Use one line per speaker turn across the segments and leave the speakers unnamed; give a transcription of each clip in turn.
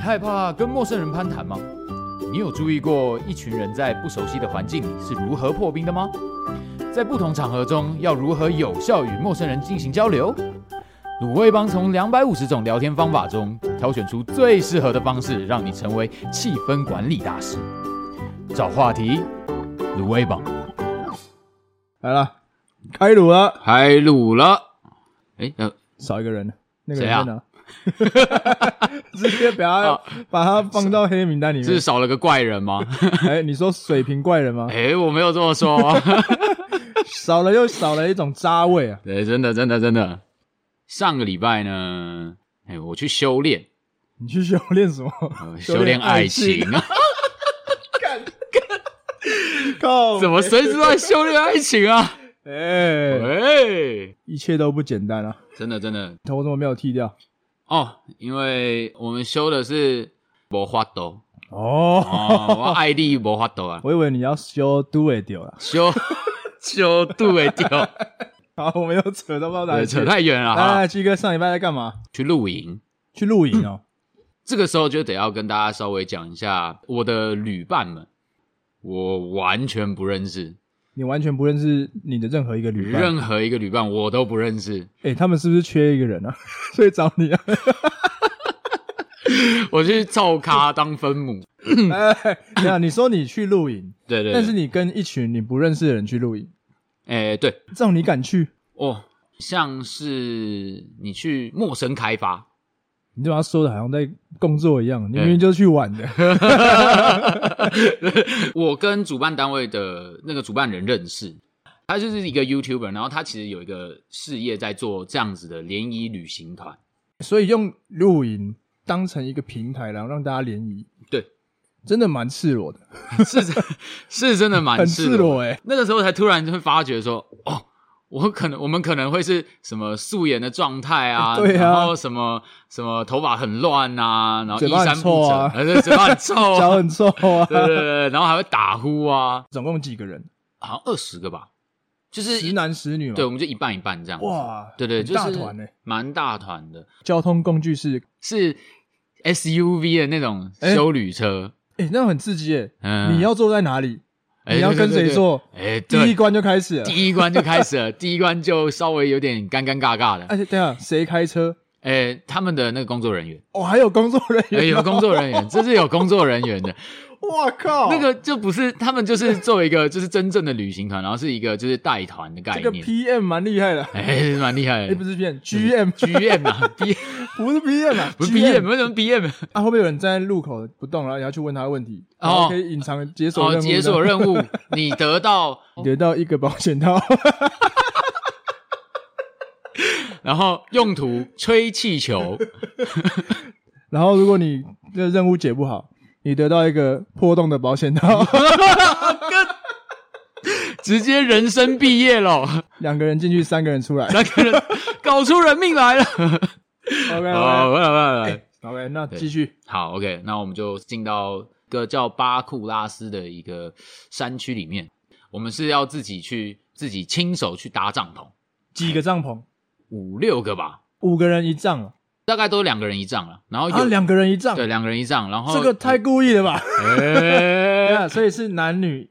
害怕跟陌生人攀谈吗？你有注意过一群人在不熟悉的环境里是如何破冰的吗？在不同场合中要如何有效与陌生人进行交流？卤味帮从两百五十种聊天方法中挑选出最适合的方式，让你成为气氛管理大师。找话题，卤味帮
来了，开卤了，
开卤了。哎，呃，
少一个人了，那个
谁
人
啊哦
在哪？ 直接把他、把他放到黑名单里
是
面。
少了个怪 人吗？
哎，你说水平怪人吗？
哎，我没有这么说哦。
少了又少了一种渣味啊！
对，真的，真的，真的。上个礼拜呢，哎，我去修炼，
你去修炼 什么？
呃
修
修炼
炼
爱
爱情
情啊，
靠！
怎么谁知道修炼爱情啊？
哎，
喂，
一切都不简单啊！
真的，真的
头怎么没有剃掉？
哦，因为我们修的是魔法斗
哦，
哦，我爱丽魔法 斗啊，
我以为你要修都尾丢了。
修修度会掉，
好，我们又扯到不知道哪里
对，
去
扯太远了
来
哈
来，，鸡哥上礼拜在干嘛？
去露营。
去露营哦。
这个时候就得要跟大家稍微讲一下我的旅伴们，我完全不认识
你完全不认识你的任何一个旅伴，
任何一个旅伴，我都不认识。
哎、他们是不是缺一个人啊？ 所以找你啊！
我去凑咖当分母，
哎，对啊，你说你去露营，
对对对
但是你跟一群你不认识的人去露营，
哎，对
这种你敢去？
哦，像是你去陌生开 发，
你就把它说的好像在工作一样，你
对
明明就是去玩的。
我跟主办单位的那个主办人认识，他就是一个 YouTuber，然后他其实有一个事业在做这样子的联谊旅行团，
所以用露营当成一个平台，然后让大家联谊，
对，
真的蛮赤裸的，
是真是真的蛮
很
赤
赤
裸。
裸哎、
那个时候才突然就会发觉说，哦，我可能我们可能会是什么素颜的状态啊，
对啊
然后什么什么头发很乱啊，然后
嘴
衣
巴很
衫不
臭
整，
啊
呃对嘴巴很臭、
脚
啊，
很臭啊。
对对对对，然后还会打呼啊，
总共几个人？
好像二十个吧，就是
十男十女嘛。
对，我们就一半一半这样。
哇，
对对，
很
就是
大团哎、
蛮大团的，
交通工具是
是 SUV 的那种
哎
修旅车。
哎、那很刺激哎、
嗯，
你要坐在哪里？
哎
你要
对对
跟谁
对
坐
哎，
第
对，
一关就开始了。
第一关就开始了，第一关就稍微有点干干尬尬的。
而且哎等一下谁开车？
哎，他们的那个工作人员，
哦，还有工作人员、
哎，有工作人 员，这是有工作人员的。
哦哇靠，
那个就不是他们，就是作为一个就是真正的旅行团，然后是一个就是带团的概
这个
念。
PM 蛮厉害的，哎、
哎，蛮厉害
不
的。
是 PM，GM
GM 啊，B
不是 PM 啊，
不是
GM
BM，为什么 BM？
啊，会不会有人站在路口不动，然后你要去问他问题，然后可以隐藏解锁
哦，
任务呢、
解锁任务，你得到
得到一个保险套，
然后用途吹气球，
然后如果你的任务解不好，你得到一个破洞的保险套，
直接人生毕业了，
两个人进去，三个人出来。
那个人搞出人命来了。哦
OK
好，
OK
拜拜拜拜。
OK，那继续
好，OK，那我们就进到一个叫巴库拉斯的一个山区里面，我们是要自己去自己亲手去搭帐篷，
几个帐篷，
五六个吧，
五个人一帐啊，
大概都两个人一帐了。然后哦有、
啊，两个人一帐，
对两个人一帐，然后
这个太故意了吧？对
哎
啊，所以是男女。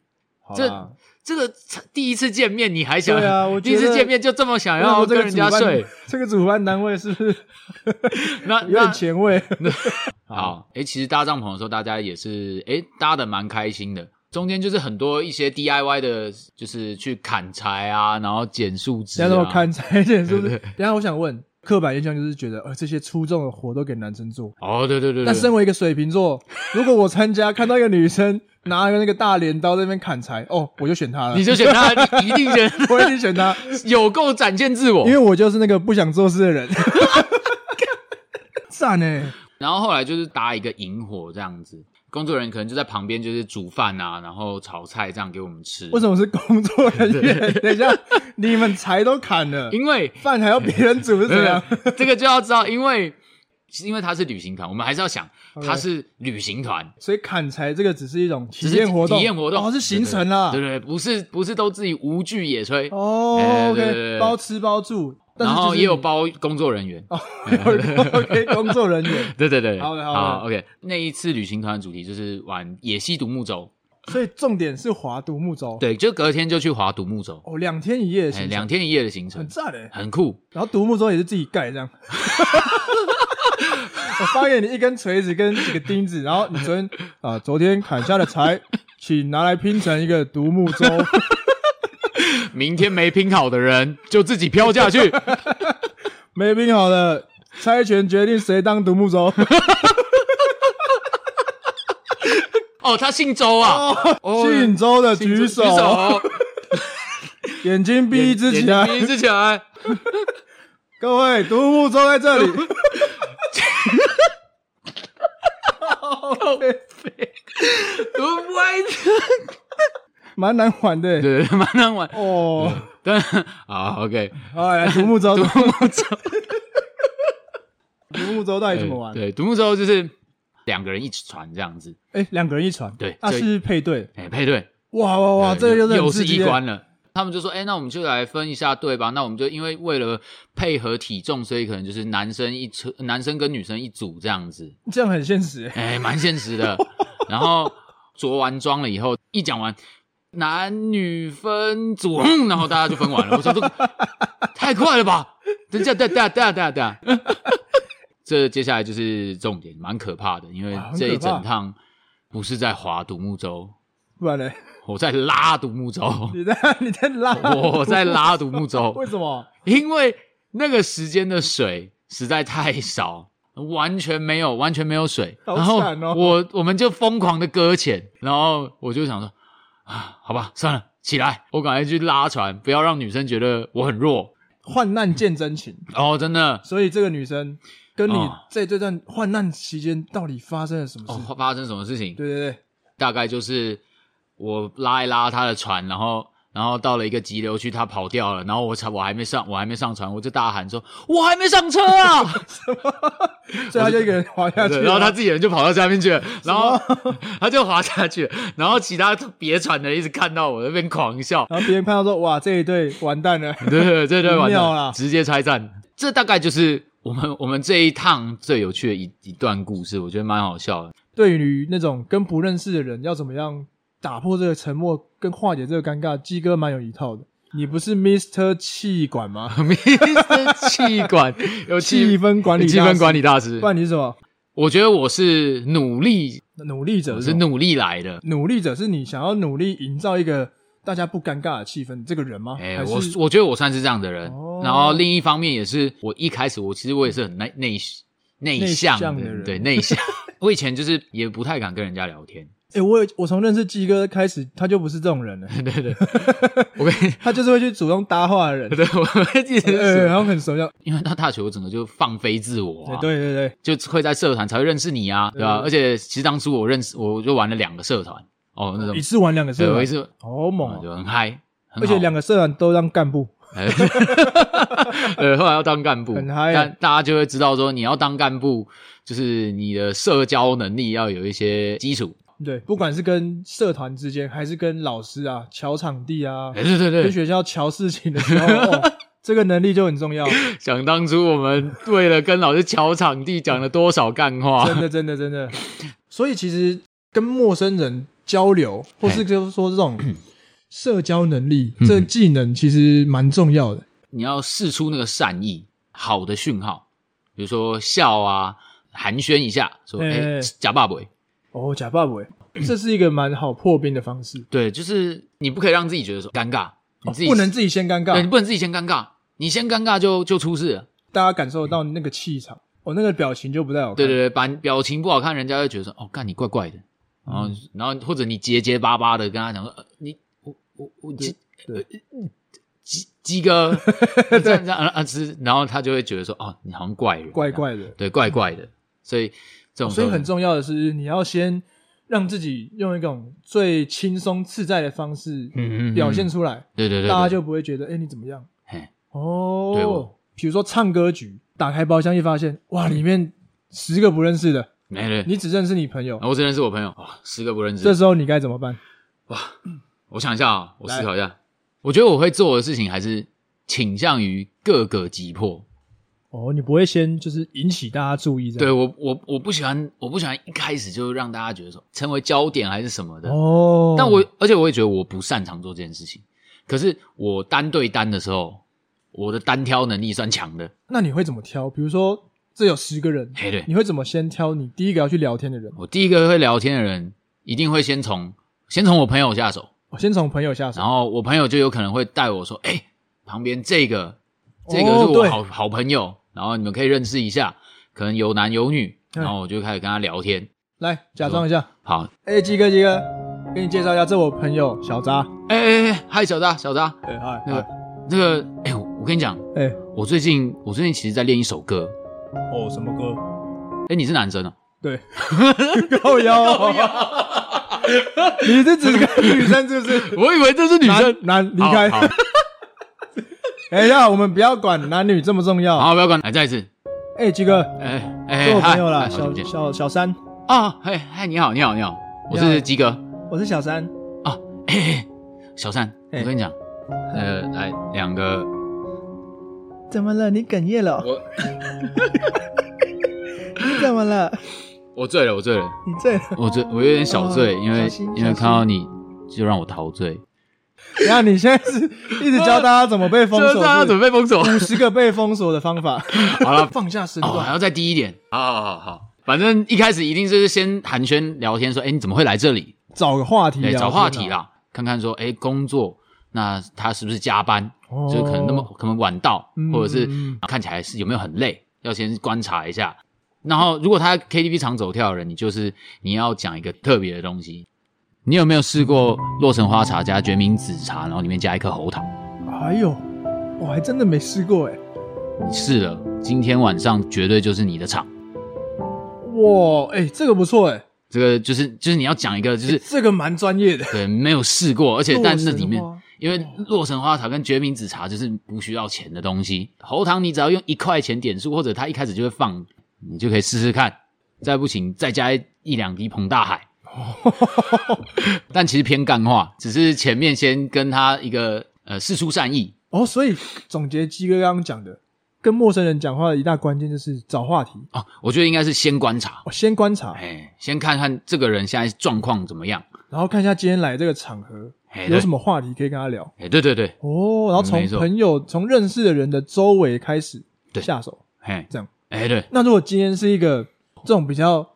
好
这
啦
这个第一次见面你还想
对啊我
第一
觉
次
得
见面就这么想
我想
要
说这
跟
个
人家
主办
睡，，
这个主办单位是不是
那
有点
那
前卫？
好，哎、其实搭帐篷的时候，大家也是哎、诶搭的蛮开心的。中间就是很多一些 DIY 的，就是去砍柴啊，然后剪树枝、
等一下
啊。
让我看一点，是不是？
对对
等一下我想问，刻板印象就是觉得，呃，这些粗重的活都给男生做。
哦，对对对
那
对，
身为一个水瓶座，如果我参加 看到一个女生拿着那个大镰刀在那边砍柴，哦，我就选她了
你，就哦选他，你一定选，
我一定选她，
有够展现自我
因。为我就是那个不想做事 的人。赞欸呢，
然后后来就是搭一个萤火这样子，工作人员可能就在旁边就是煮饭啊，然后炒菜这样给我们吃。
为什
么？
么是工作人员？ 等一下，你们柴都砍了，
因 为
饭还要别人煮是怎样？
这个就要知道，因为因为他是旅行团，我们还是要想
OK
他是旅行团，
所以砍柴这个只是一种体
只是
验活动，
体验活动
哦，是行程啦
对。对对，不是不是都自己无惧野炊。
哦
哎对对对
，OK，
对
包吃包住，但
然
是就是
后也有
你
包工作人员。
哦，有 OK 工作人员，
对对对，
好的好的
好，OK。那一次旅行团的主题就是玩野溪独木舟，
所以重点是划独木舟。，
对，就隔天就去划独木舟，
哦，两天一夜的行
哎，
程，
两天一夜的行
很
程，
赞哎。
很酷。
然后独木舟也是自己盖这样。 我发给你一根锤子跟几个钉子，然后你昨天啊、昨天砍下的柴，请拿来拼成一个独木舟。
明天没拼好的人就自己飘下 去。
没拼好的，猜拳决定谁当独木舟。
哦，他姓周啊， 哦
姓周的
姓周
举手，
举手，
眼睛闭一只起
眼
来。
睛闭一只起来。
各位，独木舟在这里。
独木 舟，
蛮难玩的欸。
对，蛮难玩。
哦，
但啊，OK，
哎，独木舟，
独
独
木舟
木舟到底怎么玩？
哎对，独木舟就是两个人一起船这样子，
哎，两个人一船，
对
那
这
是配对。
哎，配对。
哇哇哇，
对
这个就是
又
很
是
刺激
一
耶。
关了。他们就说：“哎、那我们就来分一下队吧。那我们就因为为了配合体重，所以可能就是男生一车，男生跟女生一组这样子。
这样很现实耶。
哎、 蛮现实的。然后着完妆了以后，一讲完男女分 组，嗯然后大家就分完了。我说这个太快了吧？等一下，等一下，等一下，等一下，等一下。 这接下来就是重点，蛮可怕的，因为
哇很可怕
这一整趟不是在划独木舟，
不然呢？
我在拉独木舟。”
你在 你在拉？
我在拉独木舟
为，什么？
因为那个时间的水实在太少，完全没有，完全没有水。
好
然后
惨哦
我我们就疯狂的搁浅，然后我就想说啊，好吧，算了，起来，我赶快去拉船，不要让女生觉得我很弱。
患难见真情。
哦，真的，
所以这个女生跟你
哦
在这段患难期间到底发生了什么事？
哦，发生什么事情？
对对对，
大概就是我拉一拉他的船，然后然后到了一个急流区，他跑掉了，然后我才我还没上，我还没上船，我就大喊说，我还没上车啊！
所以她就一个人滑下去
对
了，
然后他自己人就跑到下面去了，然后 他就滑下去了，然后其他别船的一直看到我在那边狂笑，
然后别人看到说：“哇，这一对完蛋了。
对对对对，完
妙啊啦
了，直接拆散。这大概就是我们我们这一趟最有趣的一一段故事，我觉得蛮好笑的。”
对于那种跟不认识的人，要怎么样打破这个沉默，跟化解这个尴尬，鸡哥蛮有一套的。你不是 Mister 气管吗？
Mr. 气 管有
气
气
氛管理，
气氛管
理，
理大师
不，然你是什么？
我觉得我是努力，
努力者
我
是
是
吗
努力来的。
努力者，是你想要努力营造一个大家不尴尬的气氛，这个人吗？
哎、
哦还是
我我觉得我算是这样的人。
哦
然后另一方面也是，我一开始我其实我也是很内内内向
内向的人
对内向。我以前就是也不太敢跟人家聊天。
哎、我有我从认识鸡哥开始，他就不是这种人了，
对对， 对我跟你，
他就是会去主动搭话的人
对我会记得
呃，
是，
然后很熟要，
因为到大学我整个就放飞自我、啊，
对对对，
就会在社团才会认识你啊，对吧、
对
而且其实当初我认识，我就玩了两个社团哦，那种
一次玩两个
对，
社
我一
团，
次
好
啊
猛、哦，
就很嗨，很
而且
好
两个社团都当干部，
哎 对，后来要当干部，
很嗨啊
但大家就会知道说，你要当干部，就是你的社交能力要有一些基础。
对，不管是跟社团之间，还是跟老师啊、瞧场地啊，
哎， 对对
跟
对，
学校瞧事情的时候， 哦、这个能力就很重要，
想当初我们为了跟老师抢场地，讲了多少干话
真？的真的真的。所以其实跟陌生人交流，或是就是说这种
嗯
社交能力、这技能，其实蛮重要的。
你要试出那个善意，好的讯号，比如说笑啊，寒暄一下，说
哎哎
哎
哎，
假爸爸。
哦，假爸爸，这是一个蛮好破冰的方式，
对，就是你不可以让自己觉得说尴尬，你自己
哦不能自己先尴
对，你
尬，
不能自己先尴尬，你先尴尬就就出事了。
大家感受到那个气场，哦，那个表情就不太好看。
对对对，把表情不好看，人家会觉得说，哦，干你怪怪的，然
嗯
后、然后或者你结结巴巴的跟他讲说，呃、你我我我鸡
对
呃鸡鸡 哥这样这样啊啊之，然后他就会觉得说，哦，你好像怪人，
怪，怪的。
对，怪怪的，所以这种时
所
候、
以很重要的是，你要先让自己用一种最轻松自在的方式
嗯嗯嗯
表现出来，
对对对，
大家
对
就不会觉得哎、诶你怎么样
嘿
哦。
对我
比如说唱歌局，打开包厢一发现，哇，里面十个不认识的，
没了。
你只认识你朋友，
啊我只认识我朋友，哦，十个不认
这
识。
时候你该怎么办？
我想一下啊，我思考一下，我觉得我会做的事情还是倾向于各个击破。
哦，你不会先就是引起大家注意这
对
样？
我，我我不喜欢，我不喜欢一开始就让大家觉得说成为焦点还是什么的。
哦，
但我而且我也觉得我不擅长做这件事情。可是我单对单的时候，我的单挑能力算强的。
那你会怎么挑？比如说这有十个人，
嘿，对，
你会怎么先挑你第一个要去聊天的人？
我第一个会聊天的人，一定会先从先从我朋友下手，
我先从朋友下手
然。后我朋友就有可能会带我说：“哎、旁边这个这个
哦
是我
对
好、好朋友，然后你们可以认识一下，可能有男有女。”
嗯
然后我就开始跟他聊天。
来，假装一下。
好，
哎，鸡哥，鸡哥，给你介绍一下，这我朋友小扎。
哎哎哎，嗨，小扎，小扎，
哎，嗨，
那个
嗨
那个，哎、我我跟你讲，
哎，
我最近我最近其实在练一首歌。
哦，什么歌？
哎、你是男生哦、
对， 靠腰哦。 你是只是个女生是不是？
我以为这是女生。
男男离
好
开。
好，
哎呀，我们不要管男女这么重要。
好，不要管，来再一次。
哎，鸡哥，
哎哎，
做我
嗨
朋友啦，
哎好久
小
不见
小小三，
啊，嗨嗨，你好，你好，你好，我
你
是
好
鸡哥
我是小三。
啊。嘿嘿，小三，我
哎
跟你讲，呃，来两个，
怎么了？你哽咽了？哦
我
你怎么了？
我醉了，我醉了，
你醉了？
我醉，我有点小醉，
哦
因为
小心
因为
小心
看到你就让我陶醉，
然后你现在是一直教大家怎么被封
就是
锁，
大家准备封锁。
五十个被封锁的方法。
好了，
放下身
哦，还
段。
要再低一点。好好好好，反正一开始一定就是先寒暄聊天，说，哎，你怎么会来这里？
找个话题
对，
聊，
哎
啊
找话题。啦，看看说，哎，工作，那他是不是加班？
哦
就是可能那么可能晚到，
嗯
或者是
嗯
看起来是有没有很累，要先观察一下。然后，如果他 KTV 常走跳的人，你就是你要讲一个特别的东西。你有没有试过洛神花茶加决明子茶，然后里面加一颗喉糖？
哎呦，我还真的没试过哎。
你试了，今天晚上绝对就是你的场。
哇，哎，这个不错哎，
这个就是就是你要讲一个就是
这个蛮专业的。
对，没有试过，而且
洛
但那
神
里面
花，啊
因为洛神花茶跟决明子茶就是不需要钱的东西，喉糖你只要用一块钱点数，或者它一开始就会放，你就可以试试看。再不行，再加一两滴膨大海。但其实偏干话，只是前面先跟他一个呃事出善意，
哦，所以总结鸡哥刚刚讲的，跟陌生人讲话的一大关键就是找话题，
哦，我觉得应该是先观察，
我先观察，
哎，先看看这个人现在状况怎么样。
然后看一下今天来这个场合
哎，
有
对
什么话题可以跟他聊。
哎，对对对，
哦，然后
没
从
错
朋友、从认识的人的周围开始
对
下手。
嘿，
这样，
哎，对，
那如果今天是一个这种比较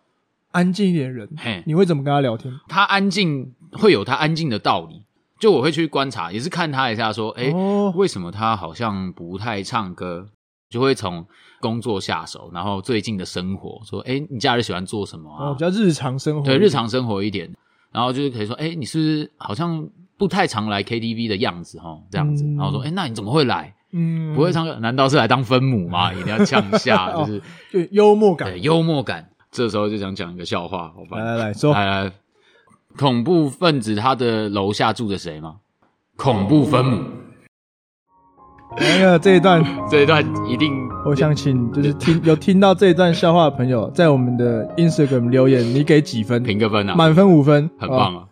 安静一点的
嘿
人，你会怎么跟他聊天？
他安静会有他安静的道理。就我会去观察，也是看他一下，说，哎、
哦
为什么他好像不太唱歌？就会从工作下手，然后最近的生活，说，哎、你假日喜欢做什么啊？
哦，比较日常生活，
对，日常生活一点，然后就是可以说，哎、你是不是好像不太常来 KTV 的样子哦，这样子，
嗯
然后说，哎、那你怎么会来？
嗯
不会唱歌，难道是来当分母吗？一定要呛 下，
哦
就是
就幽默感
对。幽默感。这时候就想讲一个笑话，好吧？
来来来说，
来来，哎恐怖分子他的楼下住着谁吗？恐怖分母
那个这一段，
这一段一定，
我想请就是听有听到这一段笑话的朋友，在我们的 Instagram 留言，你给几分？
评个分啊，
满分五分，
很
好
棒
不好，
啊！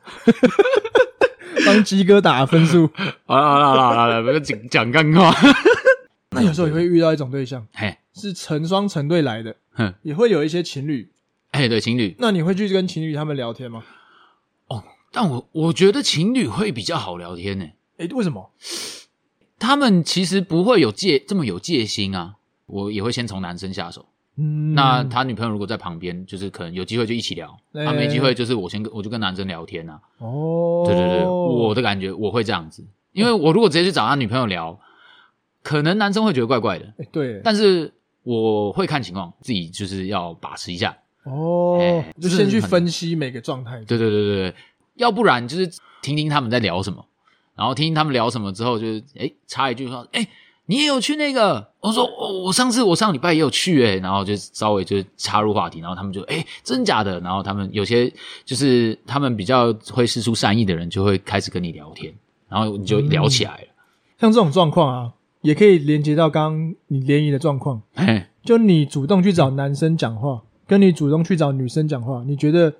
帮鸡哥打 分数。
好了好了好了好了，不要讲讲干话。
那有时候也会遇到一种对象，
嘿，
是成双成对来的
哼，
也会有一些情侣。
哎，对，情侣，
那你会去跟情侣他们聊天吗？
但我我觉得情侣会比较好聊天呢，
诶，为什么？
他们其实不会有戒这么有戒心啊。我也会先从男生下手，
嗯，
那他女朋友如果在旁边，就是可能有机会就一起聊，
哎
他没机会就是我先跟我就跟男生聊天啊。
哦，
对对对，我的感觉我会这样子，因为我如果直接去找他女朋友聊，可能男生会觉得怪怪的，
诶对，
但是我会看情况，自己就是要把持一下。
哦
哎，
就先
就是
去
很
分析每个状态。
对对对对对，要不然就是听听他们在聊什么，然后听听他们聊什么之后，就是哎插一句说，哎，你也有去那个？我说哦我我上次我上礼拜也有去哎、然后就稍微就插入话题，然后他们就哎真假的，然后他们有些就是他们比较会施出善意的人，就会开始跟你聊天，然后你就聊起来了。
像这种状况啊，也可以连接到刚刚你联谊的状况，
嘿
就你主动去找男生讲话，跟你
嗯
主动去找女生讲话，你觉得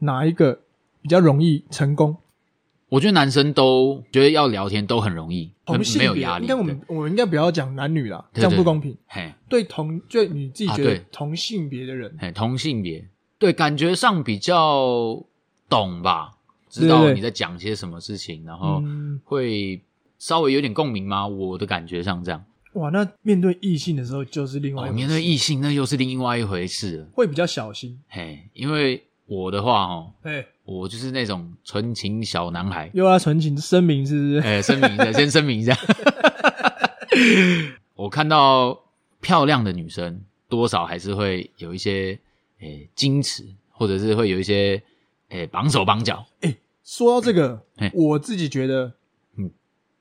哪一个比较容易成功？
我觉得男生都觉得要聊天都很容易，
同
很
哦性
没有
别
压力。
应该我们我们应该不要讲男女啦，这
对
样
对
不公平。
对嘿
对同就你自己
啊
觉得
对
同性别的人，
嘿同性别，对，感觉上比较懂吧，知
对对
道
对
你在讲些什么事情，然后
嗯，
会稍微有点共鸣吗？我的感觉上这样。
哇，那面对异性的时候就是另外
哦，
一回事
面对异性那又是另外一回事了。
会比较小心。
嘿，因为我的话哦，
哎，
我就是那种纯情小男孩。
又要纯情声明是 不是？
哎、声明一下，先声明一下， 我看到漂亮的女生，多少还是会有一些哎、矜持，或者是会有一些哎、绑手绑脚。
哎说到这个
嘿，
我自己觉得，
哎嗯，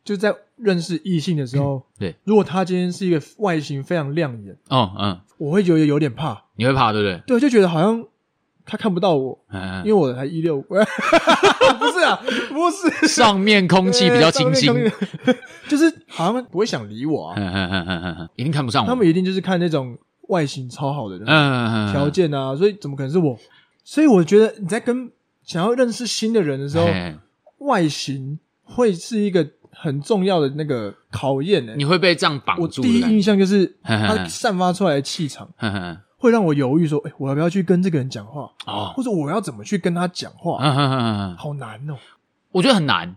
就在认识异性的时候，
对，
如果他今天是一个外形非常亮眼，
哦，嗯，
我会觉得有点怕，
你会怕对不对？
对，就觉得好像他看不到我，
嗯，嗯
因为我才一六五， 不是啊，不是，
上面空气比较清新，
上面
嗯
上面 就是好像不会想理我啊，
嗯嗯嗯嗯嗯，一定看不上我。
他们一定就是看那种外形超好的
嗯
人，
嗯嗯嗯
条件啊，所以怎么可能是我？所以我觉得你在跟想要认识新的人的时候，
嘿
外形会是一个很重要的那个考验呢、
你会被这样绑
我
住
第一
的感
印
觉。
象就是
嗯嗯嗯
他散发出来的气场，
嗯嗯
会让我犹豫说，哎、我要不要去跟这个人讲话，
嗯哦，
或者我要怎么去跟他讲话？
嗯嗯嗯嗯嗯，
好难哦、
我觉得很难，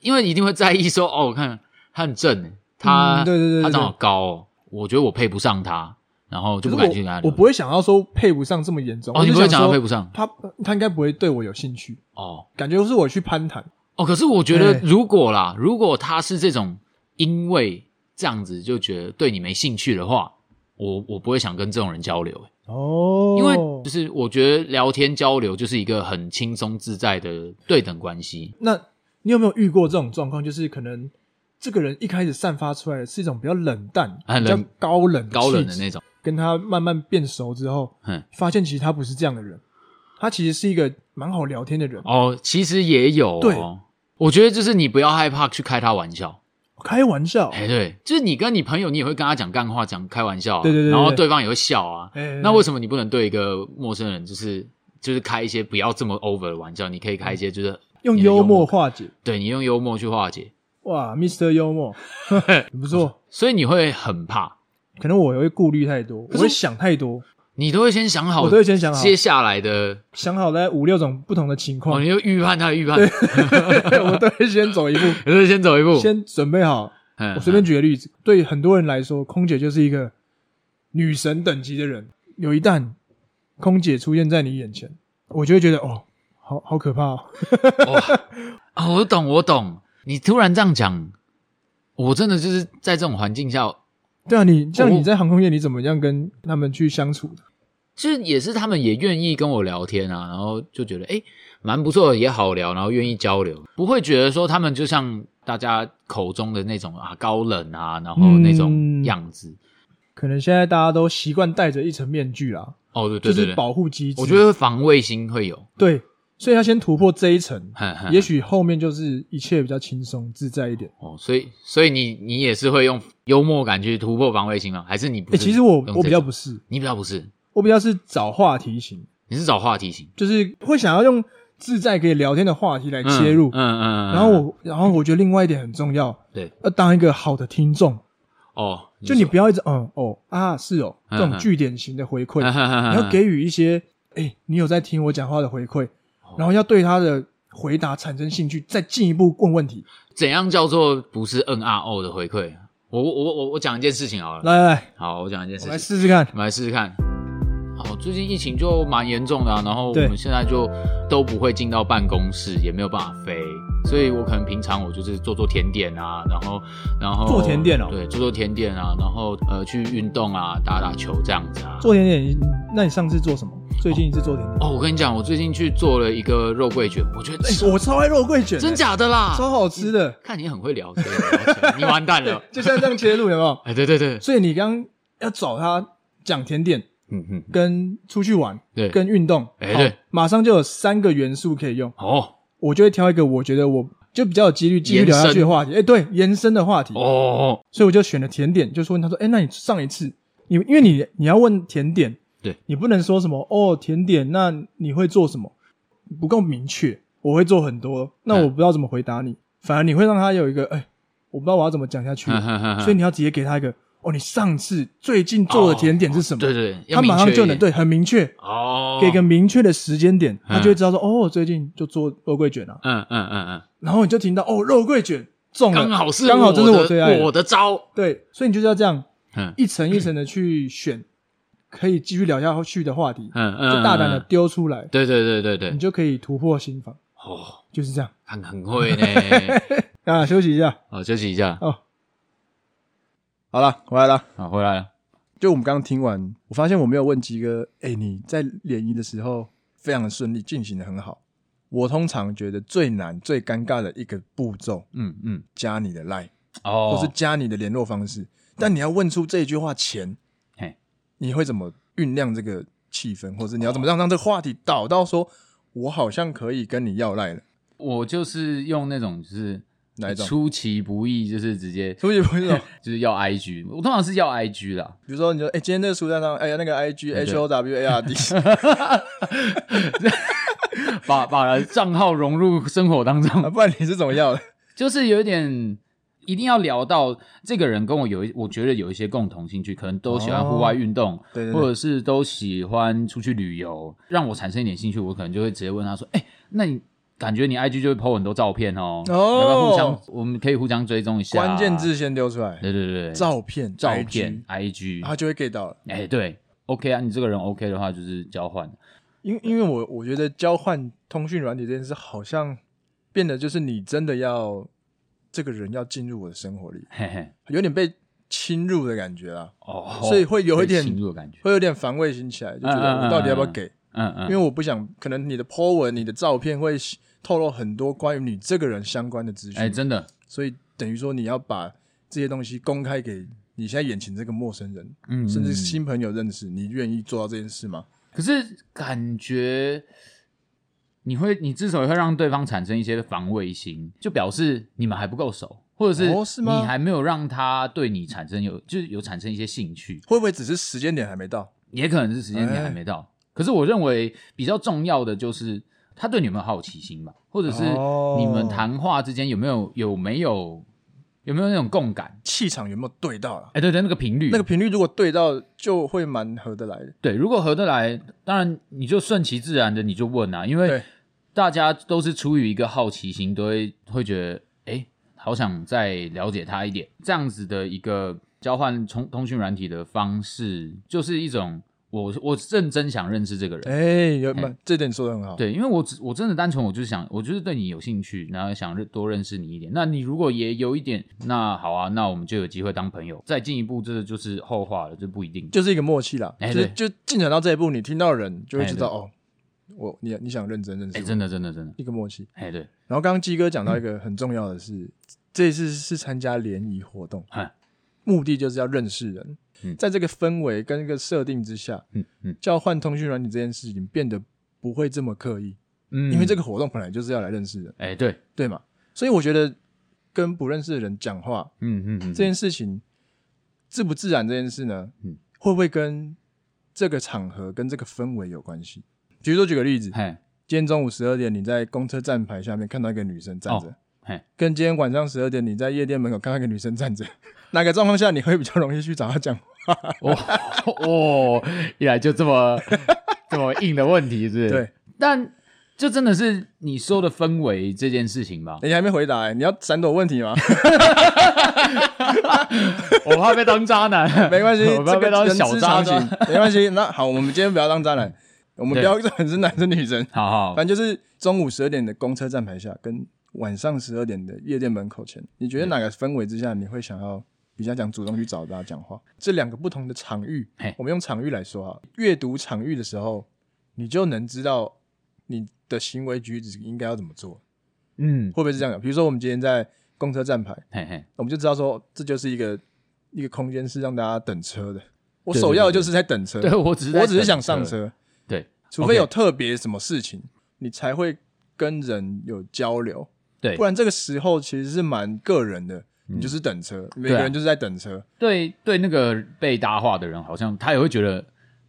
因为你一定会在意说，哦，我看他很正欸，他、
嗯对对对对
他长好高哦，我觉得我配不上他，然后就
可
不
是
敢去跟他
我
聊
我不会想到说配不上这么严重，
哦
我
你
就
不会
想
讲到
说
配不上
他，他应该不会对我有兴趣，
哦
感觉是我去攀谈。
哦，可是我觉得
对
如果啦，如果他是这种因为这样子就觉得对你没兴趣的话，我我不会想跟这种人交流欸，
哦，
因为就是我觉得聊天交流就是一个很轻松自在的对等关系，
那你有没有遇过这种状况？就是可能这个人一开始散发出来的是一种比较冷淡、
很
比较
冷
高冷、
高冷的那种，
跟他慢慢变熟之后，
嗯。
发现其实他不是这样的人，他其实是一个蛮好聊天的人。
哦，其实也有、哦。
对，
我觉得就是你不要害怕去开他玩笑。
开玩笑，
哎，对，就是你跟你朋友，你也会跟他讲干话，讲开玩笑、啊，
对对对对
然后对方也会笑啊。
哎
那为什么你不能对一个陌生人，就是就是开一些不要这么 over 的玩笑？你可以开一些就是
嗯用
你的
幽默
默，
化解？
对你用幽默去化解，
哇，Mr. 幽默，不错。
所以你会很怕，
可能我会顾虑太多，我
是
会想太多，
你都会先想好，
我都会先想好
接下来的
想好了五六种不同的情
哦，
况，
你就预判他的预判，你
我都会先 走一步，
就先走一步，
先准备好。
嗯
我随便举个例子，对很多人来说，空姐就是一个女神等级的人。有一旦空姐出现在你眼前，我就会觉得哦，好好可怕、哦。
啊，我懂，我懂。你突然这样讲，我真的就是在这种环境下，
对啊，你像
哦
你在航空业，你怎么样跟他们去相处的？
就是也是他们也愿意跟我聊天啊，然后就觉得诶蛮不错的，也好聊，然后愿意交流，不会觉得说他们就像大家口中的那种啊高冷啊，然后那种
嗯
样子。
可能现在大家都习惯戴着一层面具啦，
哦，对对
就
对
是
对，
保护机制。啊
我觉得防卫心会有，
对，所以要先突破这一层，
哼哼
也许后面就是一切比较轻松自在一点。
哦，所以所以你你也是会用幽默感去突破防卫心吗？还是你不
诶
是
其实我
用这种
我比较不是，
你比较不是，
我比较是找话题型，
你是找话题型
就是会想要用自在可以聊天的话题来切入。
嗯嗯嗯嗯，嗯
然后我，然后我觉得另外一点很重要，
对
要当一个好的听众，
哦，
就你不要一直嗯哦啊是哦这
嗯
种
嗯
据点型的回 馈，
嗯嗯嗯嗯
你要给予一些哎你有在听我讲话的回馈，然后要对他的回答产生兴趣，再进一步问问题。
怎样叫做不是 N R O 的回馈？我我我我我讲一件事情好了，
来来来，
好，我讲一件
我
事
们来
情，
试试看。
我们来试试看。哦，最近疫情就蛮严重的、啊，然后我
对
们现在就都不会进到办公室，也没有办法飞，所以我可能平常我就是做做甜点啊，然后然后
做甜点哦
对，做做甜点啊，然后呃去运动啊，打打球这样子啊。
做甜点，那你上次做什么？最近一次做甜点？
哦，我跟你讲，我最近去做了一个肉桂卷，我觉得、
哎我超爱肉桂卷的，
真假的啦，
超好吃的。
看你很会聊天，了解你完 蛋了。
就像这样切入有没有？
哎，对对对，
所以你刚刚要找他讲甜点，
嗯嗯，
跟出去玩，
对，
跟运动，
哎
好
对，
马上就有三个元素可以用。
哦
我就会挑一个我觉得我就比较有几率继续
延
聊下去
伸
的话题，哎，对，延伸的话题，
哦，
所以我就选了甜点，就说他说，哎，那你上一次你因为你你要问甜点，
对
你不能说什么哦，甜点，那你会做什么？不够明确，我会做很多，那
嗯
我不知道怎么回答你，反而你会让他有一个，哎、我不知道我要怎么讲下
嗯
去，所以你要直接给他一个，哦，你上次最近做的甜点是什么？
哦对对，对要
他马上
明确
就
一
能
点
对，很明确，
哦，
给一个明确的时间点，他
嗯
就会知道说，哦，我最近就做肉桂卷啊，
嗯嗯嗯
然后你就听到，哦，肉桂卷中
嗯，
了，
刚好是
刚好这是
我
我最爱
的我的招，
对，所以你就是要这样
嗯
一层一层的去选，可以继续聊下去的话题，
嗯嗯，
就大胆的
嗯，
丢出来，
对对对对
你
对，
就可以突破心防，
哦，
就是这样。
很很会 呢，
啊，休息一下，
哦，休息一下，哦
好了，回来了。
好，回来了，
就我们刚刚听完，我发现我没有问鸡哥，哎、你在联谊的时候非常的顺利，进行的很好。我通常觉得最难、最尴尬的一个步骤，
嗯嗯，
加你的 line，、
哦，
或是加你的联络方式。但你要问出这一句话前
嘿，
你会怎么酝酿这个气氛，或者你要
哦
怎么让让这个话题导到说，我好像可以跟你 要赖了，
我就是用那种就是
哪一种
出其不意，就是直接
出其 不意哦
就是要 IG，我通常是要 IG 啦，
比如说，你说，哎、今天这个书单上，哎、呀，那个 I G
哎
H
对
O W A R D，
把把账号融入生活当中，
啊不然你是怎么 要的？
就是有一点一定要聊到这个人跟我有一，我觉得有一些共同兴趣，可能都喜欢户外运动，
哦对对
或
对
者是都喜欢出去旅游，让我产生一点兴趣，我可能就会直接问他说：“哎、那你感觉你 IG 就会 po 很多照片哦，
哦
要不要互相，我们可以互相追踪一下。”
关键，字先丢出来，
对对对，
照啊片，
照片
IG，
IG，哎
他就会 get 到了。、
对，OK 啊，你这个人 OK 的话就是交换，
因因为我我觉得交换通讯软体这件事，好像变得就是你真的要这个人要进入我的生活里，
嘿嘿，
有点被侵入的感觉啦，
哦，
所以会有一点
被侵入的感觉，
会有点防卫心起来，就觉
嗯嗯
得
嗯
我到底要不要给？
嗯嗯，
因为我不想，可能你的 po 文、你的照片会透露很多关于你这个人相关的资讯。
哎、真的，
所以等于说你要把这些东西公开给你现在眼前这个陌生人，
嗯，
甚至
嗯
是新朋友认识，你愿意做到这件事吗？
可是感觉你会，你之所以会让对方产生一些防卫心，就表示你们还不够熟，或者
哦
是
是
你
吗
还没有让他对你产生有，就是有产生一些兴趣，
会不会只是时间点还没到？
也可能是时间点还没
哎
到。可是我认为比较重要的就是他对你有没有好奇心吧，或者是
哦
你们谈话之间有没有有没有有没有那种共感？
气场有没有对到啦？
哎，对对，那个频率，
那个频率如果对到，就会蛮合得来的。
对，如果合得来，当然你就顺其自然的你就问啊，因为
对
大家都是出于一个好奇心，都会会觉得，哎，好想再了解他一点，这样子的一个交换通通讯软体的方式，就是一种我我认真想认识这个人。
哎、有蛮这点说的很好。
对，因为我只我真的单纯，我就是想，我就是对你有兴趣，然后想认多认识你一点。那你如果也有一点，那好啊，那我们就有机会当朋友。再进一步，这就是后话了，这不一定。
就是一个默契啦，
哎
就是
对
就进展到这一步，你听到人就会知道、哦，我你你想认真认识
哎，
我，
真的，真的，真的，
一个默契。
哎，对，
然后刚刚鸡哥讲到一
嗯
个很重要的是，这一次是参加联谊活动
嗨，
目的就是要认识人。
嗯
在这个氛围跟这个设定之下，
嗯嗯
交换通讯软体这件事情变得不会这么刻意，
嗯，
因为这
个，
个活动本来就是要来认识人，
哎，对，
对嘛？所以我觉得跟不认识的人讲话
嗯嗯嗯，
这件事情自不自然这件事呢，
嗯
会不会跟这个场合跟这个氛围有关系？比如说举个例子，
嘿，
今天中午十二点，你在公车站牌下面看到一个女生站着，
哦嘿
跟今天晚上十二点你在夜店门口看到一个女生站着， 哪个状况下你会比较容易去找她讲话？
哦哦，一来就这么这么硬的问题是不是？
对，
但就真的是你说的氛围这件事情吧，
你还没回答、欸，你要闪躲问题吗？
我怕被当渣男，
没关系，
我怕
这
被
个
当
人
小
之
渣
常
男
情。，没关系。那好，我们今天不要当渣男，我们不要管是男生女生，
好好，
反正就是中午十二点的公车站牌下，跟晚上十二点的夜店门口前，你觉得哪个氛围之下你会想要比较想主动去找大家讲话？这两个不同的场域
嘿，
我们用场域来说哈。阅读场域的时候，你就能知道你的行为举止应该要怎么做，
嗯，
会不会是这样的？比如说我们今天在公车站牌，
嘿嘿，
我们就知道说这就是一个一个空间是让大家等车的。我
对对
首要的就是在等车，
对我只是在
我只是想
等呃
上，车，
对
除非有
OK
特别什么事情，你才会跟人有交流。
对嗯
不然这个时候其实是蛮个人的，你就是等车，每个
对啊
人就是在等车。
对对，那个被搭话的人好像他也会觉得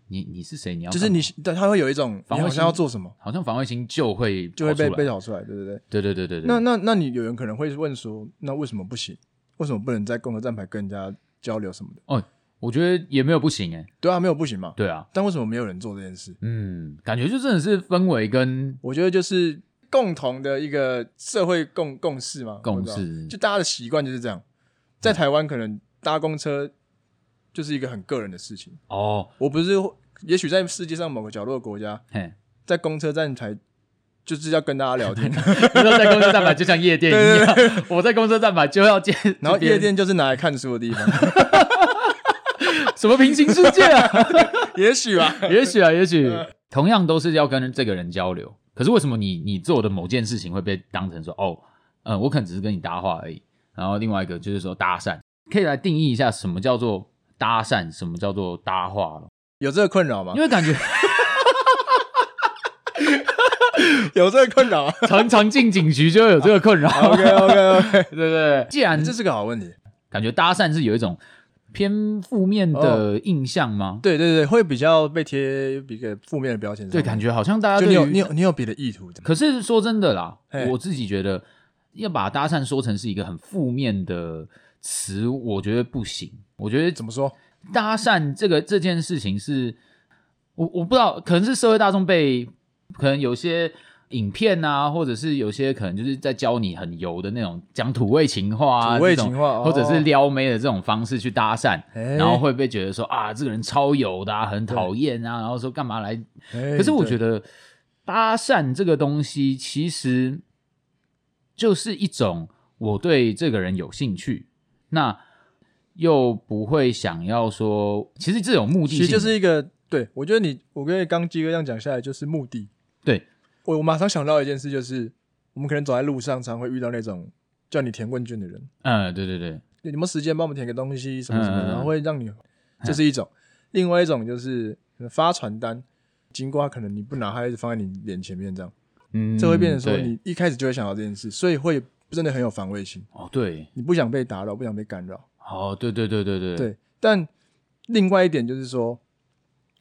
你你是谁？你要
就是
干嘛
你，但他会有一种你
防卫
好
心
像要做什么，
好像防卫心就会
就会被
跑出
被
来
找出来，对对对。
对对对对对。
那那那你有人可能会问说，那为什么不行？为什么不能在共同站牌跟人家交流什么的？
我觉得也没有不行哎、
对啊，没有不行嘛。
对啊，
但为什么没有人做这件事？
嗯，感觉就真的是氛围跟
我觉得就是共同的一个社会共共识嘛，
共
我不知道
识
就大家的习惯就是这样。在台湾，可能搭公车就是一个很个人的事情。
哦，
我不是，也许在世界上某个角落的国家，
嘿，
在公车站台就是要跟大家 聊天，
你说在公车站牌就像夜店一样，我在公车站牌就要见，
然后
这边
夜店就是拿来看书的 地方，
什么平行世界 啊？
也许吧。
也许啊，也许同样都是要跟这个人交流，可是为什么你你做的某件事情会被当成说哦，呃，我可能只是跟你搭话而已，然后另外一个就是说搭讪，可以来定义一下什么叫做搭讪，什么叫做搭话咯
有这个困扰吗
因？为感觉
有这个困 扰。
常常进警局就会有这个困扰，
OK OK OK，
对不对？既然
这是个好问题。
感觉搭讪是有一种偏负面
哦
的印象吗？
对对对，会比较被贴一个负面的标签上。
对，感觉好像大家
就
对
你有
于
你有你有别的意图的。
可是说真的啦
嘿，
我自己觉得要把搭讪说成是一个很负面的词，我觉得不行。我觉得
怎么说？
搭讪这个这件事情是，我我不知道，可能是社会大众被可能有些影片啊，或者是有些可能就是在教你很油的那种讲土味情话啊，
土
这
味
种
情话哦
或者是撩妹的这种方式去搭讪，
哎
然后会被觉得说啊，这个人超油的、啊，很讨厌啊，然后说干嘛来
可
可是我觉得搭讪这个东西，其实就是一种我对这个人有兴趣，那又不会想要说，其实这种目的
其
性
实就是一个，对我觉得你，我跟刚鸡哥这样讲下来，就是目的。
对
我我马上想到一件事，就是我们可能走在路上，常会遇到那种叫你填问卷的人，
嗯，对对对，
你有没有时间帮我们填个东西什么什
嗯嗯
么的，
嗯
然后会让你，这是一种；另外一种就是发传单，经过他可能你不拿，他一直放在你脸前面这样，
嗯，
这会变成说
对
你一开始就会想到这件事，所以会真的很有防卫心，
哦，对，
你不想被打扰，不想被干扰。
哦，对对对对对，
对，但另外一点就是说，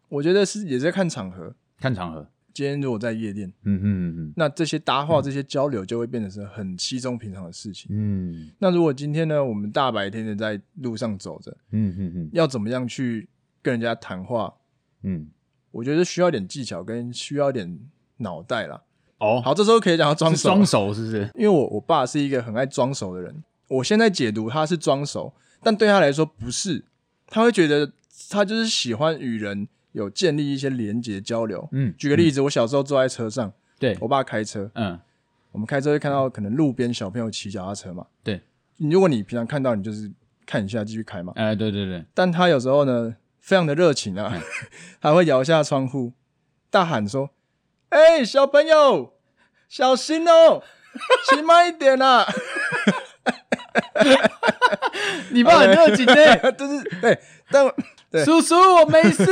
我觉得是也在看场合。
看场合，
今天如果在夜店，
嗯哼嗯
那这些搭话、这些交流就会变得是很稀松平常的事情。
嗯
那如果今天呢，我们大白天的在路上走着，
嗯嗯嗯
要怎么样去跟人家谈话？
嗯，
我觉得需要一点技巧，跟需要一点脑袋啦。
哦，
好，这时候可以讲到装
是装
熟，
熟是不是？
因为我我爸是一个很爱装熟的人。我现在解读他是装熟，但对他来说不是，他会觉得他就是喜欢与人有建立一些连接交流。
嗯，
举个例子，我小时候坐在车上，
对，
我爸开车，
嗯，
我们开车会看到可能路边小朋友骑脚踏车嘛。
对，
你如果你平常看到，你就是看一下继续开嘛。
哎，对对对，
但他有时候呢，非常的热情
嗯
啊， 还会摇下窗户，大喊说：“哎、小朋友，小 心哦，骑慢一点啊
你爸很热 情！”呢，
就是对，但欸对
叔叔我没 事，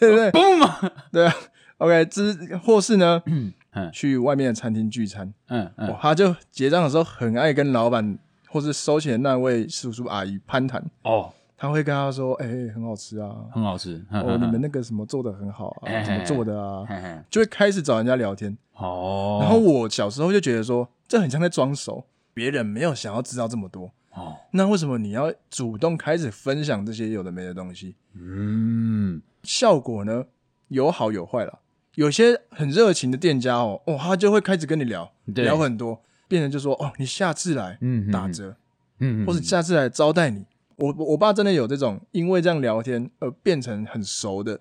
哦嘣嘛，
对啊，OK，这是或是呢，
嗯
去外面的餐厅聚餐，
嗯嗯，
哇，他就结账的时候很爱跟老板或是收钱的那位叔叔阿姨攀谈，
哦，
他会跟他说：“哎、很好吃啊，
很好吃。
哦，你们那个什么做的很好
嗯哎
啊，怎么做的啊
嘿嘿，”
就会开始找人家聊天。
哦，
然后我小时候就觉得说，这很像在装熟，别人没有想要知道这么多。
哦，
那为什么你要主动开始分享这些有的没的东西？
嗯，
效果呢，有好有坏啦。有些很热情的店家哦，哦，他就会开始跟你聊，
对
聊很多，变成就说哦，你下次来
嗯
打，折，
嗯，
或者下次来招待你。我我我爸真的有这种因为这样聊天而变成很熟的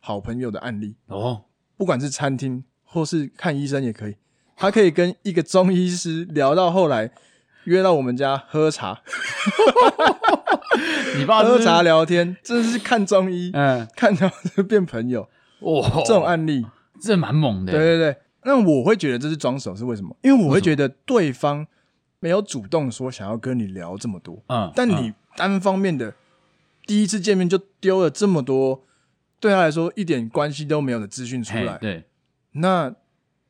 好朋友的案例，
哦，
不管是餐厅或是看医生也可以，他可以跟一个中医师聊到后来。约到我们家喝茶，
你爸
喝茶，聊天，真的是看中医，
嗯，
看到就变朋友，
哇，
这种案例，
这蛮猛的，
哦对对对。那我会觉得这是装熟是为什么？因为我会觉得对方没有主动说想要跟你聊这么多，
嗯，
但你单方面的第一次见面就丢了这么多对他来说一点关系都没有的资讯出来，
对，
那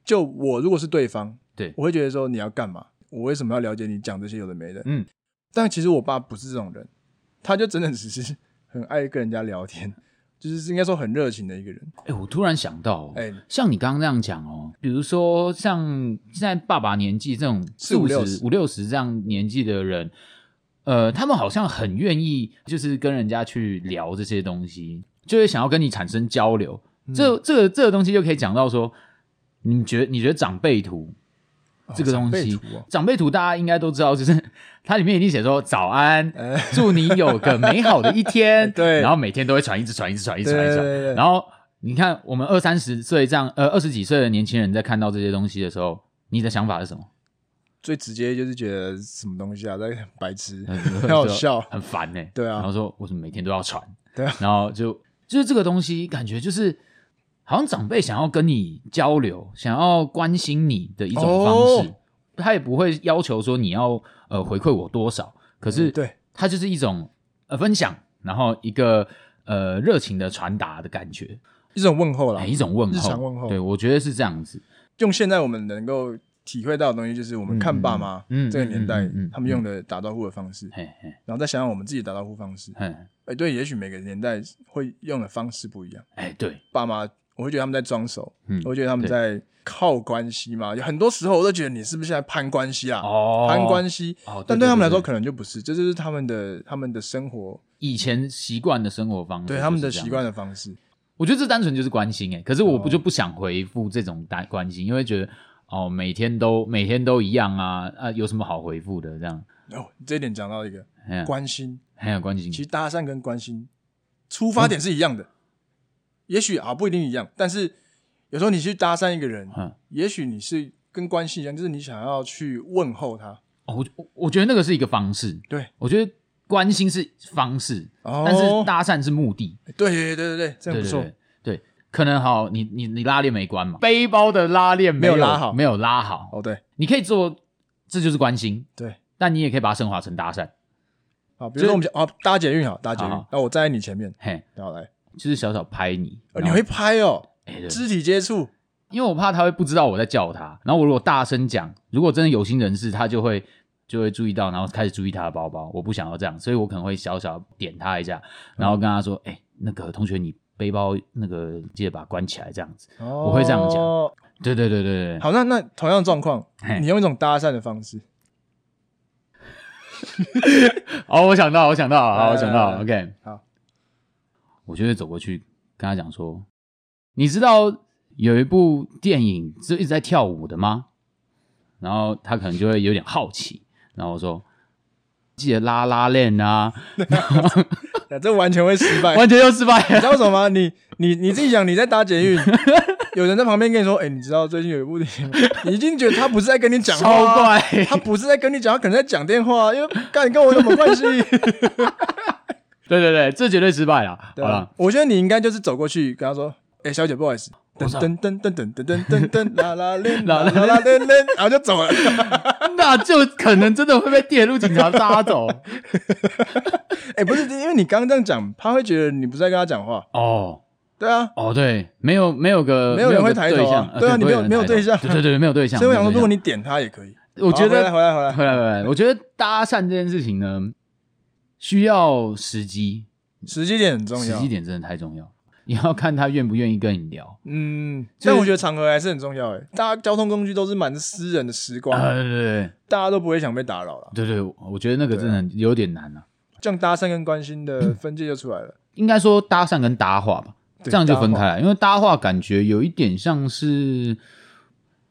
就我如果是对方，
对
我会觉得说你要干嘛？我为什么要了解你讲这些有的没的？
嗯，
但其实我爸不是这种人，他就真的只是很爱跟人家聊天，就是是应该说很热情的一个人。
哎、我突然想到、哦，
哎
像你刚刚那样讲哦，比如说像现在爸爸年纪这种
四
四
五
五
六
十
十
五六十这样年纪的人，呃，他们好像很愿意就是跟人家去聊这些东西，就会想要跟你产生交流。
嗯
这这个这个东西就可以讲到说，你觉得你觉得长辈图这个东西
长辈图哦，
长辈图大家应该都知道，就是 它里面一定写说早安，祝你有个美好的一天，
呃 对
然后每天都会传，一直传，一直传，一直传，一直
对
传
对对，
然后你看我们二三十岁这样，呃，二十几岁的年轻人在看到这些东西的时候，你的想法是 什么？
最直接就是觉得什么东西啊，在白痴，
很
很好笑
很烦呢、
对啊
然后说为什么每天都要传？
对啊，
然后就就是这个东西，感觉就是好像长辈想要跟你交流，想要关心你的一种方式，
哦
他也不会要求说你要呃回馈我多少，可是
嗯对，
他就是一种呃分享，然后一个呃热情的传达的感觉，
一种问候啦
哎，，一种问候，
啊日常问候
对我觉得是这样子。
用现在我们能够体会到的东西，就是我们看爸妈
嗯嗯
这个年代
嗯嗯嗯
他们用的打招呼的方式，
嘿嘿
然后再想想我们自己打招呼方式。
嘿，
哎，对，也许每个年代会用的方式不一样。
哎，对，
爸妈，我会觉得他们在装熟，
嗯
我会觉得他们在靠关系嘛。有很多时候我都觉得你是不是在攀关系啊？
哦，
攀关系，
哦对
但对他们来
对嗯
说
对
可能就不是，这就是他们的他们的生活，
以前习惯的生活方式，
对他们的习惯。哦的方式。
我觉得这单纯就是关心哎、可是我不就不想回复这种单关心，因为觉得哦，每天都每天都一样啊啊，有什么好回复的这样？
哦，这一点讲到一个
哎呀，
关心，
很有关心
其，实搭讪跟关心出发点是一样
嗯
的，也许啊不一定一样，但是有时候你去搭讪一个人，
嗯
也许你是跟关系一样，就是你想要去问候他，
哦，我我我觉得那个是一个方式，
对，
我觉得关心是方式，
哦
但是搭讪是目的，
对对对对对，这样
对
不
对
错，
对对，可能好，你你你拉链没关嘛，背包的拉链
没有拉好
没有拉好，
哦对
你可以做，这就是关心，
对，
但你也可以把它升华成搭讪，
好，比如说我们讲哦搭捷运好，搭捷运
好好，
那我站在你前面，
嘿，
然后来，
就是小小拍你，
哦
然
你
后
会拍哦，
哎对
肢体接触，
因为我怕他会不知道我在叫他，然后我如果大声讲，如果真的有心人士，他就会就会注意到，然后开始注意他的包包。我不想要这样，所以我可能会小小点他一下，
嗯
然后跟他说：“哎、那个同学，你背包那个记得把它关起来，这样子。
我
会这样讲对”对对对对对，
哦好，那那同样的状况
嘿，
你用一种搭讪的方式，
哦，我想到，我想到，好，我想
来来
到
来
，OK，
好，
我就会走过去跟他讲说：“你知道有一部电影就一直在跳舞的吗？”然后他可能就会有点好奇，然后我说：“记得拉拉链啊。”。
那这完全会失败
完全又失败
你
了。
知道为什么吗？你你你自己讲，你在搭捷运， 有人在旁边跟你说：“哎、你知道最近有一部电影吗？” 你已经觉得他不是在跟你 讲话
超
啊、
怪，
他不是在跟你讲，他可能在讲电话啊、因为干你跟我有什么关系？
对对对，这绝对失败了。
对啊
好
吧
了，？
我觉得你应该就是走过去跟他说：“哎、小姐，不好意思。”噔
操
噔噔噔噔噔噔噔噔，啦啦链，啦
啦啦
啦啦链链，然后就走了。
那就可能真的会被铁路警察抓 走。
哎、不是，因为你刚刚这样讲，他会觉得你不是在跟他讲话。
哦
对啊，
哦，对，没有没有个
没有人
个
会抬头啊
对象
对啊你
不
没
会
有
人
没有
抬头
对象
对对对，没有对象。
所以我想
没有
说，如
对
果
象
你点他也可以。
我觉
好回来
得
回来回来，
回来回来，我觉得搭讪这件事情呢，需要时机，
时机点很重
时
要
机。点真的太重要。你要看他愿不愿意跟你聊。
嗯，
就是
但我觉得场合还是很重要诶，大家交通工具都是蛮私人的时光，
啊，对对
大家都不会想被打扰了。
对对对，我觉得那个真的有点难啊。
这样搭讪跟关心的分界就出来了。
应该说搭讪跟搭话吧，
对
这样就分开了。因为搭话感觉有一点像是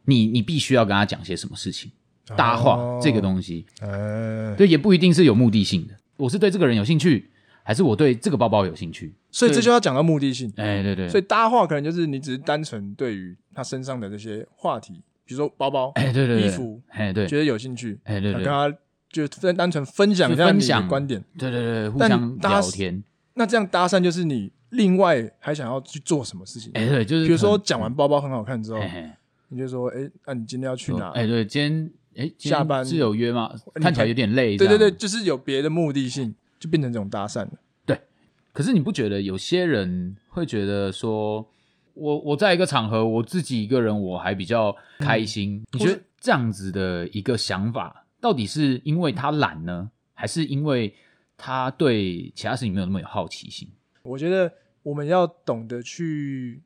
你你必须要跟他讲些什么事情，
哦
搭话这个东西，
呃，
对，也不一定是有目的性的。我是对这个人有兴趣，还是我对这个包包有兴趣？
所以这就要讲到目的性。
哎，对对，
所以搭话可能就是你只是单纯对于他身上的这些话题，比如说包包、
哎对对对，
衣服，
哎对，
觉
对
得有兴趣，
哎对
想
对
跟他就单单纯分享一下
就分
你
享
的观点。
对对，互
但
相
搭
聊天，
那这样搭讪就是你另外还想要去做什么事情？
哎对，就是
比如说
可
讲完包包很好看之后
能，，哎
你就说：“哎，那你今天要去
哎
哪？”
哎对，今天。哎，今天
下班
是有约吗？
你
看起来
还
有点累。
对
这
对
样
对，就是有别的目的性，就变成这种搭讪了。
可是你不觉得有些人会觉得说，我我在一个场合，我自己一个人，我还比较开
嗯
心？你觉得这样子的一个想法，到底是因为他懒呢，还是因为他对其他事情没有那么有好奇心？
我觉得我们要懂得去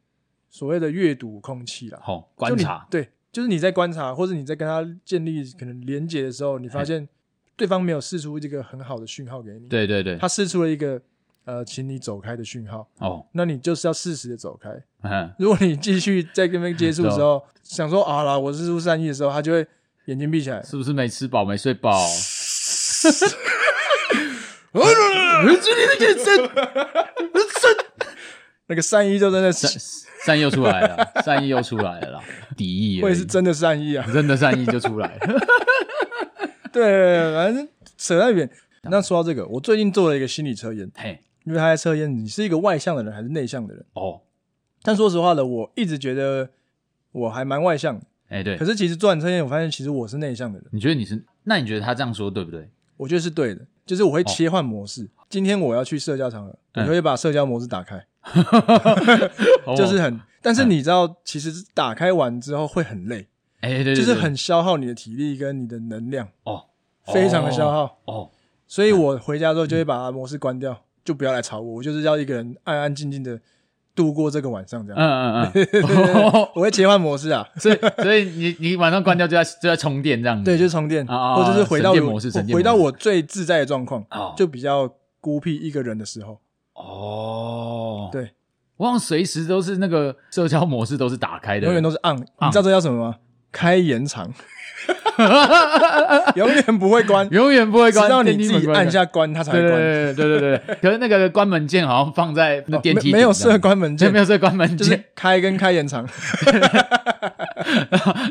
所谓的阅读空气啦，
好、观察，
就你对，就是你在观察，或者你在跟他建立可能连接的时候，你发现对方没有试出这个很好的讯号给你，
对对对，
他试出了一个呃，请你走开的讯号，
哦，
那你就是要适时的走开。
嗯，
如果你继续在跟边接触的 时候，想说啊啦，我是出善意的时候，他就会眼睛闭起来，
是不是没吃饱没睡饱？
那个善意就真的是
善意又出来了，善意又出来了啦，敌意而
会
已
是真的善意啊。
真的善意就出来了。
对，反正扯太远。那说到这个，我最近做了一个心理测验，
嘿，
因为他在测验你是一个外向的人还是内向的人。
哦，
但说实话的，我一直觉得我还蛮外向的，
哎、对
可，是其实做完测验，我发现其实我是内向的人，
你觉得你是？那你觉得他这样说对不对？
我觉得是对的，就是我会切换模式。今天我要去社交场合，我
哦嗯
就会把社交模式打开，
哦
就是很。但是你知道，其实打开完之后会很累，
哎、对对
就是
对
很消耗你的体力跟你的能量，
哦，嗯
非常的消耗。
哦，
所以我回家之后就会把模式关掉，就不要来吵我，我就是要一个人安安静静的度过这个晚上 这样。
嗯嗯嗯，
我会切换模式啊，
所以所以你你晚上关掉就在就在充电这样子，
对，就是充电，
啊啊啊
或者是回到
省电
我
模式省电模式
回到我最自在的状况，
哦
就比较孤僻一个人的时候。
哦，
对，
我好像随时都是那个社交模式都是打开的，
永远都是 on。你知道这叫什么吗？开 延长，永远不会 关，
永远不会
直
关，
到你
电梯
自己
门关
按。下关，它才
对
会
对对
关。
对对对，可是那个关门键好像放在那
哦
电梯
没没有
顶上
设，关门
对，
键，
没有设关门
就 是
键，
开跟开延长，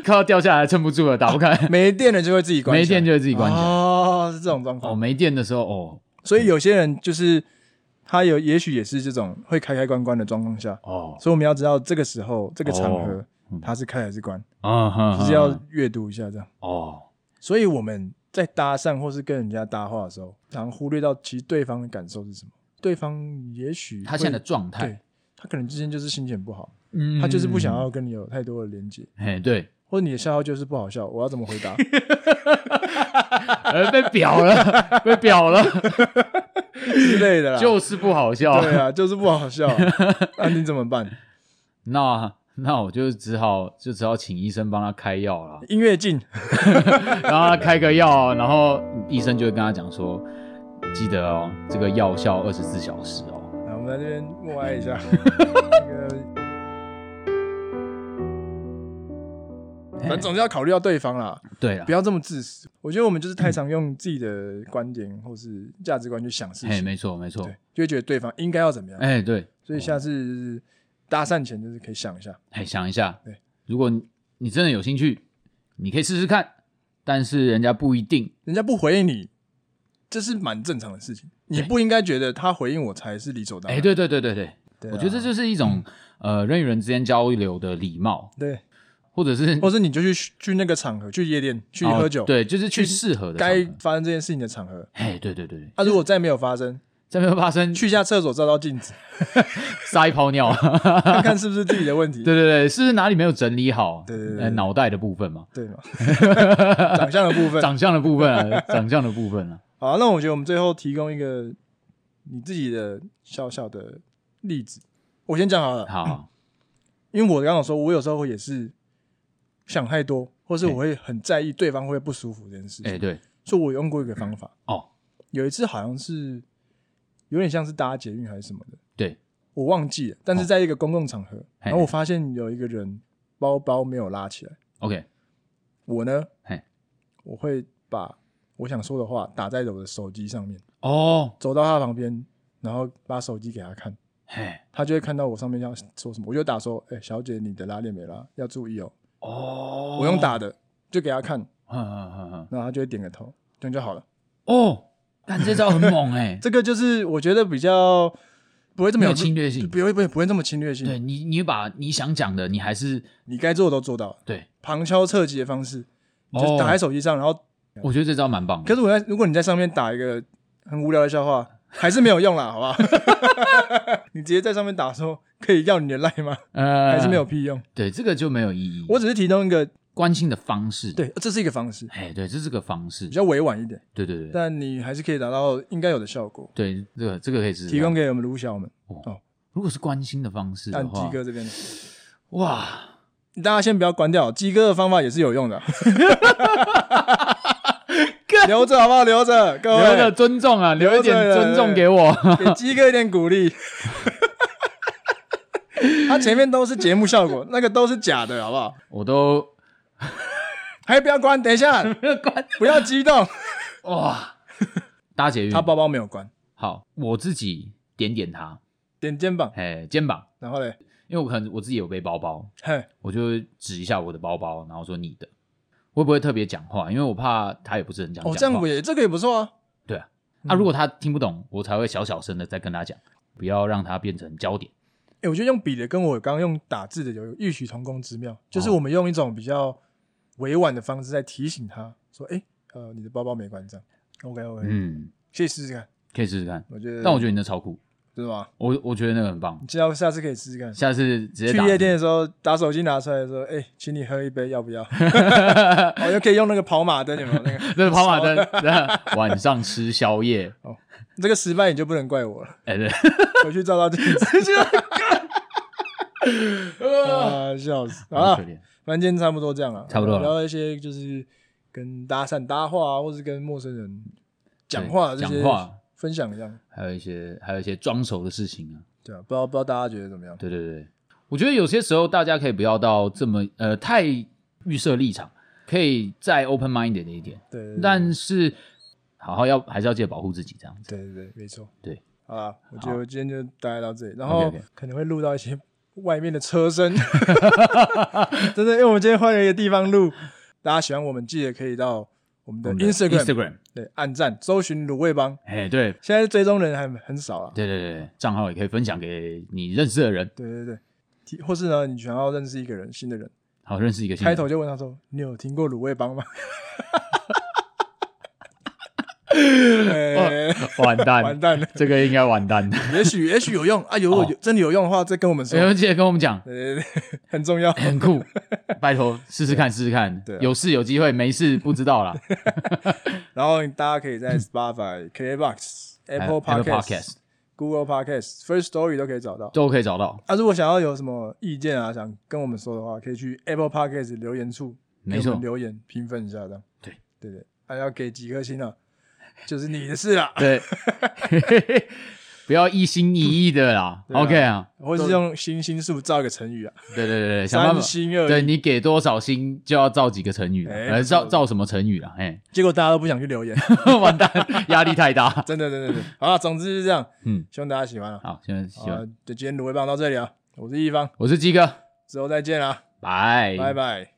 靠掉下来撑不住了，打不开，
没电了就会自己 关起来，
没电就会自己关起来。
哦，是这种状
哦，
况。
没电的时候，哦
所以有些人就是他有，也许也是这种会开开关关的状况下，
哦，
所以我们要知道这个时候这个场合
哦嗯
它是开还是关，
啊哈，
哦就是要阅读一下这样。
哦，
所以我们在搭讪或是跟人家搭话的时候，常忽略到其实对方的感受是什么。对方也许
他现在的
会
状态
对，他可能之前就是心情不好，
嗯
他就是不想，要跟你有太多的连接，
哎，对，
或者你的笑话就是不好笑，我要怎么回 答？
呃，被表了， 被表了，
之类的啦。
就是不好笑。
啊对啊，就是不好笑啊、 那你怎么办？
那那我就只好就只好请医生帮他开药了，
音乐进，
然后他开个药，然后医生就会跟他讲说，记得哦，这个药效二十四小时哦。
啊，我们在这边默哀 一下。那
哎
个，反正总是要考虑到对方啦，
对啊了
不，要这么自私。我觉得我们就是太常用自己的观点或是价值观去想事
哎，
情，
没错没错
对，，就会觉得对方应该要怎么样。
哎对，
所以下次搭讪前就是可以想一下，
哎想一下
对，
如果你你真的有兴趣，你可以试试看，但是人家不一定。
人家不回应你，这是蛮正常的事情。你不应该觉得他回应我才是理所当
哎，
然。
对对对对对，
对啊，嗯
我觉得这就是一种呃人与人之间交流的礼貌，
对，
或者是
或是你就去去那个场合，去夜店，去
哦
喝酒，，
对，就是去适合的场合
该发生这件事情的场合。
哎，对对对对，
啊，如果再没有发生，
在没有发生
去一下厕所照照 镜子，
撒一泡尿，
看看是不是自己的问题，
对对对，是不是哪里没有整理好？
对对对
呃脑袋的部分嘛，
对吗？ 长相的部分。
长相的部分 啊，长相的部分啊，
好，那我觉得我们最后提供一个你自己的小小的例子。我先讲好了，
好，
因为我刚刚有说，我有时候也是想太多，或是我会很在意对方会不舒服这件事情，
哎，对，
所以我用过一个方法。
哦，
有一次好像是有点像是搭捷运还是什么的，
对，
我忘记了，但是在一个公共场合，
哦嘿
然后我发现有一个人包包没有拉起来，
，OK，
我呢
嘿，
我会把我想说的话打在我的手机上面，
哦，
走到他旁边，然后把手机给他看，
嘿，
他就会看到我上面要说什么，我就打说，哎、小姐，你的拉链没拉，要注意哦，
哦，
我用，打的，就给他看，
嗯嗯嗯嗯，
然后他就会点个头，这样就好了。
哦，但这招很猛哎，
这个就是我觉得比较不会这么
没有侵略性
不会不会不会这么侵略性。
对你，你把你想讲的，你还是
你该做的都做到了，
对，
旁敲侧击的方式，你就
哦
打在手机上，然后
我觉得这招蛮棒
可
的。
是我在如果你在上面打一个很无聊的笑话，还是没有用啦，好不好？ 你直接在上面打说可以要你的赖吗？
呃，
还是没有，屁用。
对，这个就没有意义。
我只是提供一个，
关心的方式，，
对，这是一个方式，
哎，对，这是个方式
比，较委婉一点，
对对对，
但你还是可以达到应该有的效果。
对，这个这个可以是啊
提供给我们卢小们
哦
哦，
如果是关心的方式的
但鸡
话，
哥这边呢，
哇，
大家先不要关掉，鸡哥的方法也是 有用的，留着好不好？留着，各
留着
位，
尊重啊，留一点
留着
尊重给我。
给鸡哥一点鼓励。他前面都是节目效果，那个都是假的，好不好？
我都
还不要关，等一下，不要关，不要激动。
哇，搭捷运，
他包包没有关，
好，我自己点点他，
点肩膀，
哎，肩膀，
然后嘞，
因为我可能我自己有背包包，
嘿，
我就指一下我的包包，然后说你的，会不会特别讲话？因为我怕他也不是很想讲
哦，
话。
这样我也这个也不错啊。
对啊，啊，如果他听不懂，我才会小小声的再跟他讲，不要让他变成焦点。
哎、我觉得用笔的跟我刚刚用打字的有异曲同工之妙，就是
哦
我们用一种比较委婉的方式在提醒他说：“哎、呃，你的包包没关这样。”OK OK，、
嗯，
可以试试看。
可以试试看。
我觉得，
但我觉得你的超酷，
真的吗？
我我觉得那个很棒
你，知道下次可以试试看。
下次直接
去
打
夜店的时候，把手机拿出来说：“哎、请你喝一杯，要不要？” 我就可以用那个跑马灯，有没有？那个
对跑马 灯， 晚上吃宵夜，
这个失败你就不能怪我了，
哎、对，
回去照照 镜子。啊，笑死！好
好
了
可，怜。
反正今天差不多这样啊了，
差不多了
聊一些就是跟搭讪搭话啊，或是跟陌生人讲话
对
这些
讲话
分享一样，
还有一些还有一些装熟的事情啊，
对啊，不知道不知道大家觉得怎么样？
对对对，我觉得有些时候大家可以不要到这么呃太预设立场，可以再 open minded 一点，
对对
但是好好要还是要记得保护自己这样子。
对对对，没错，
对，
好啦，我觉得我今天就大概到这里，然后
OK，OK
可能会录到一些外面的 车声， 真的，因为我们今天换了一个地方录，大家喜欢我们记得可以到我们的
我们的
Instagram
嗯 Instagram，
对按赞，搜寻卤味帮，
哎，对
现在追踪人还很少啊，
对对对对，账号也可以分享给你认识的人，
对对对提，或是呢，你想要认识一个人，新的人。
好认识一个新的
开头就问他说：“你有听过卤味 帮吗？”哎
完蛋，
完蛋了，
这个应该完蛋。
也许也许有用啊，有
哦哎
有真的有用的话，再跟我们说
所，以记得跟我们讲，
对对对， 很重要。
很 酷，拜托试试看，试试看
对啊，
有事有机会，没事不知道啦。
然后大家可以在 Spotify、KBox、Apple
嗯哎 Apple
Podcast、Google Podcast、First Story 都可以找到。
都可以找到，
啊，如果想要有什么意见啊，想跟我们说的话，可以去 Apple Podcast 留言处给
没
我
错
们，留言评分一下，这样。
对
对对，还要给几颗星啊，就是你的事啊。
对，不要一心一意的啦。
啊
OK 啊，
或是用星星数造一个成语啊，
对对对对，想办
三
法。
星二
对
意。
你给多少星就要造几个成语啦，
哎
呃，
不错
造造什么成语了？哎，
结果大家都不想去留言，
完蛋，压力太 大。
真的，真的，真的。好了，总之是这样，
嗯，
希望大家喜欢啊。
好，现在喜
啊
欢，，
就今天芦荟棒到这里啊，我是一方，
我是鸡哥，
之后再见啊，
拜
拜拜。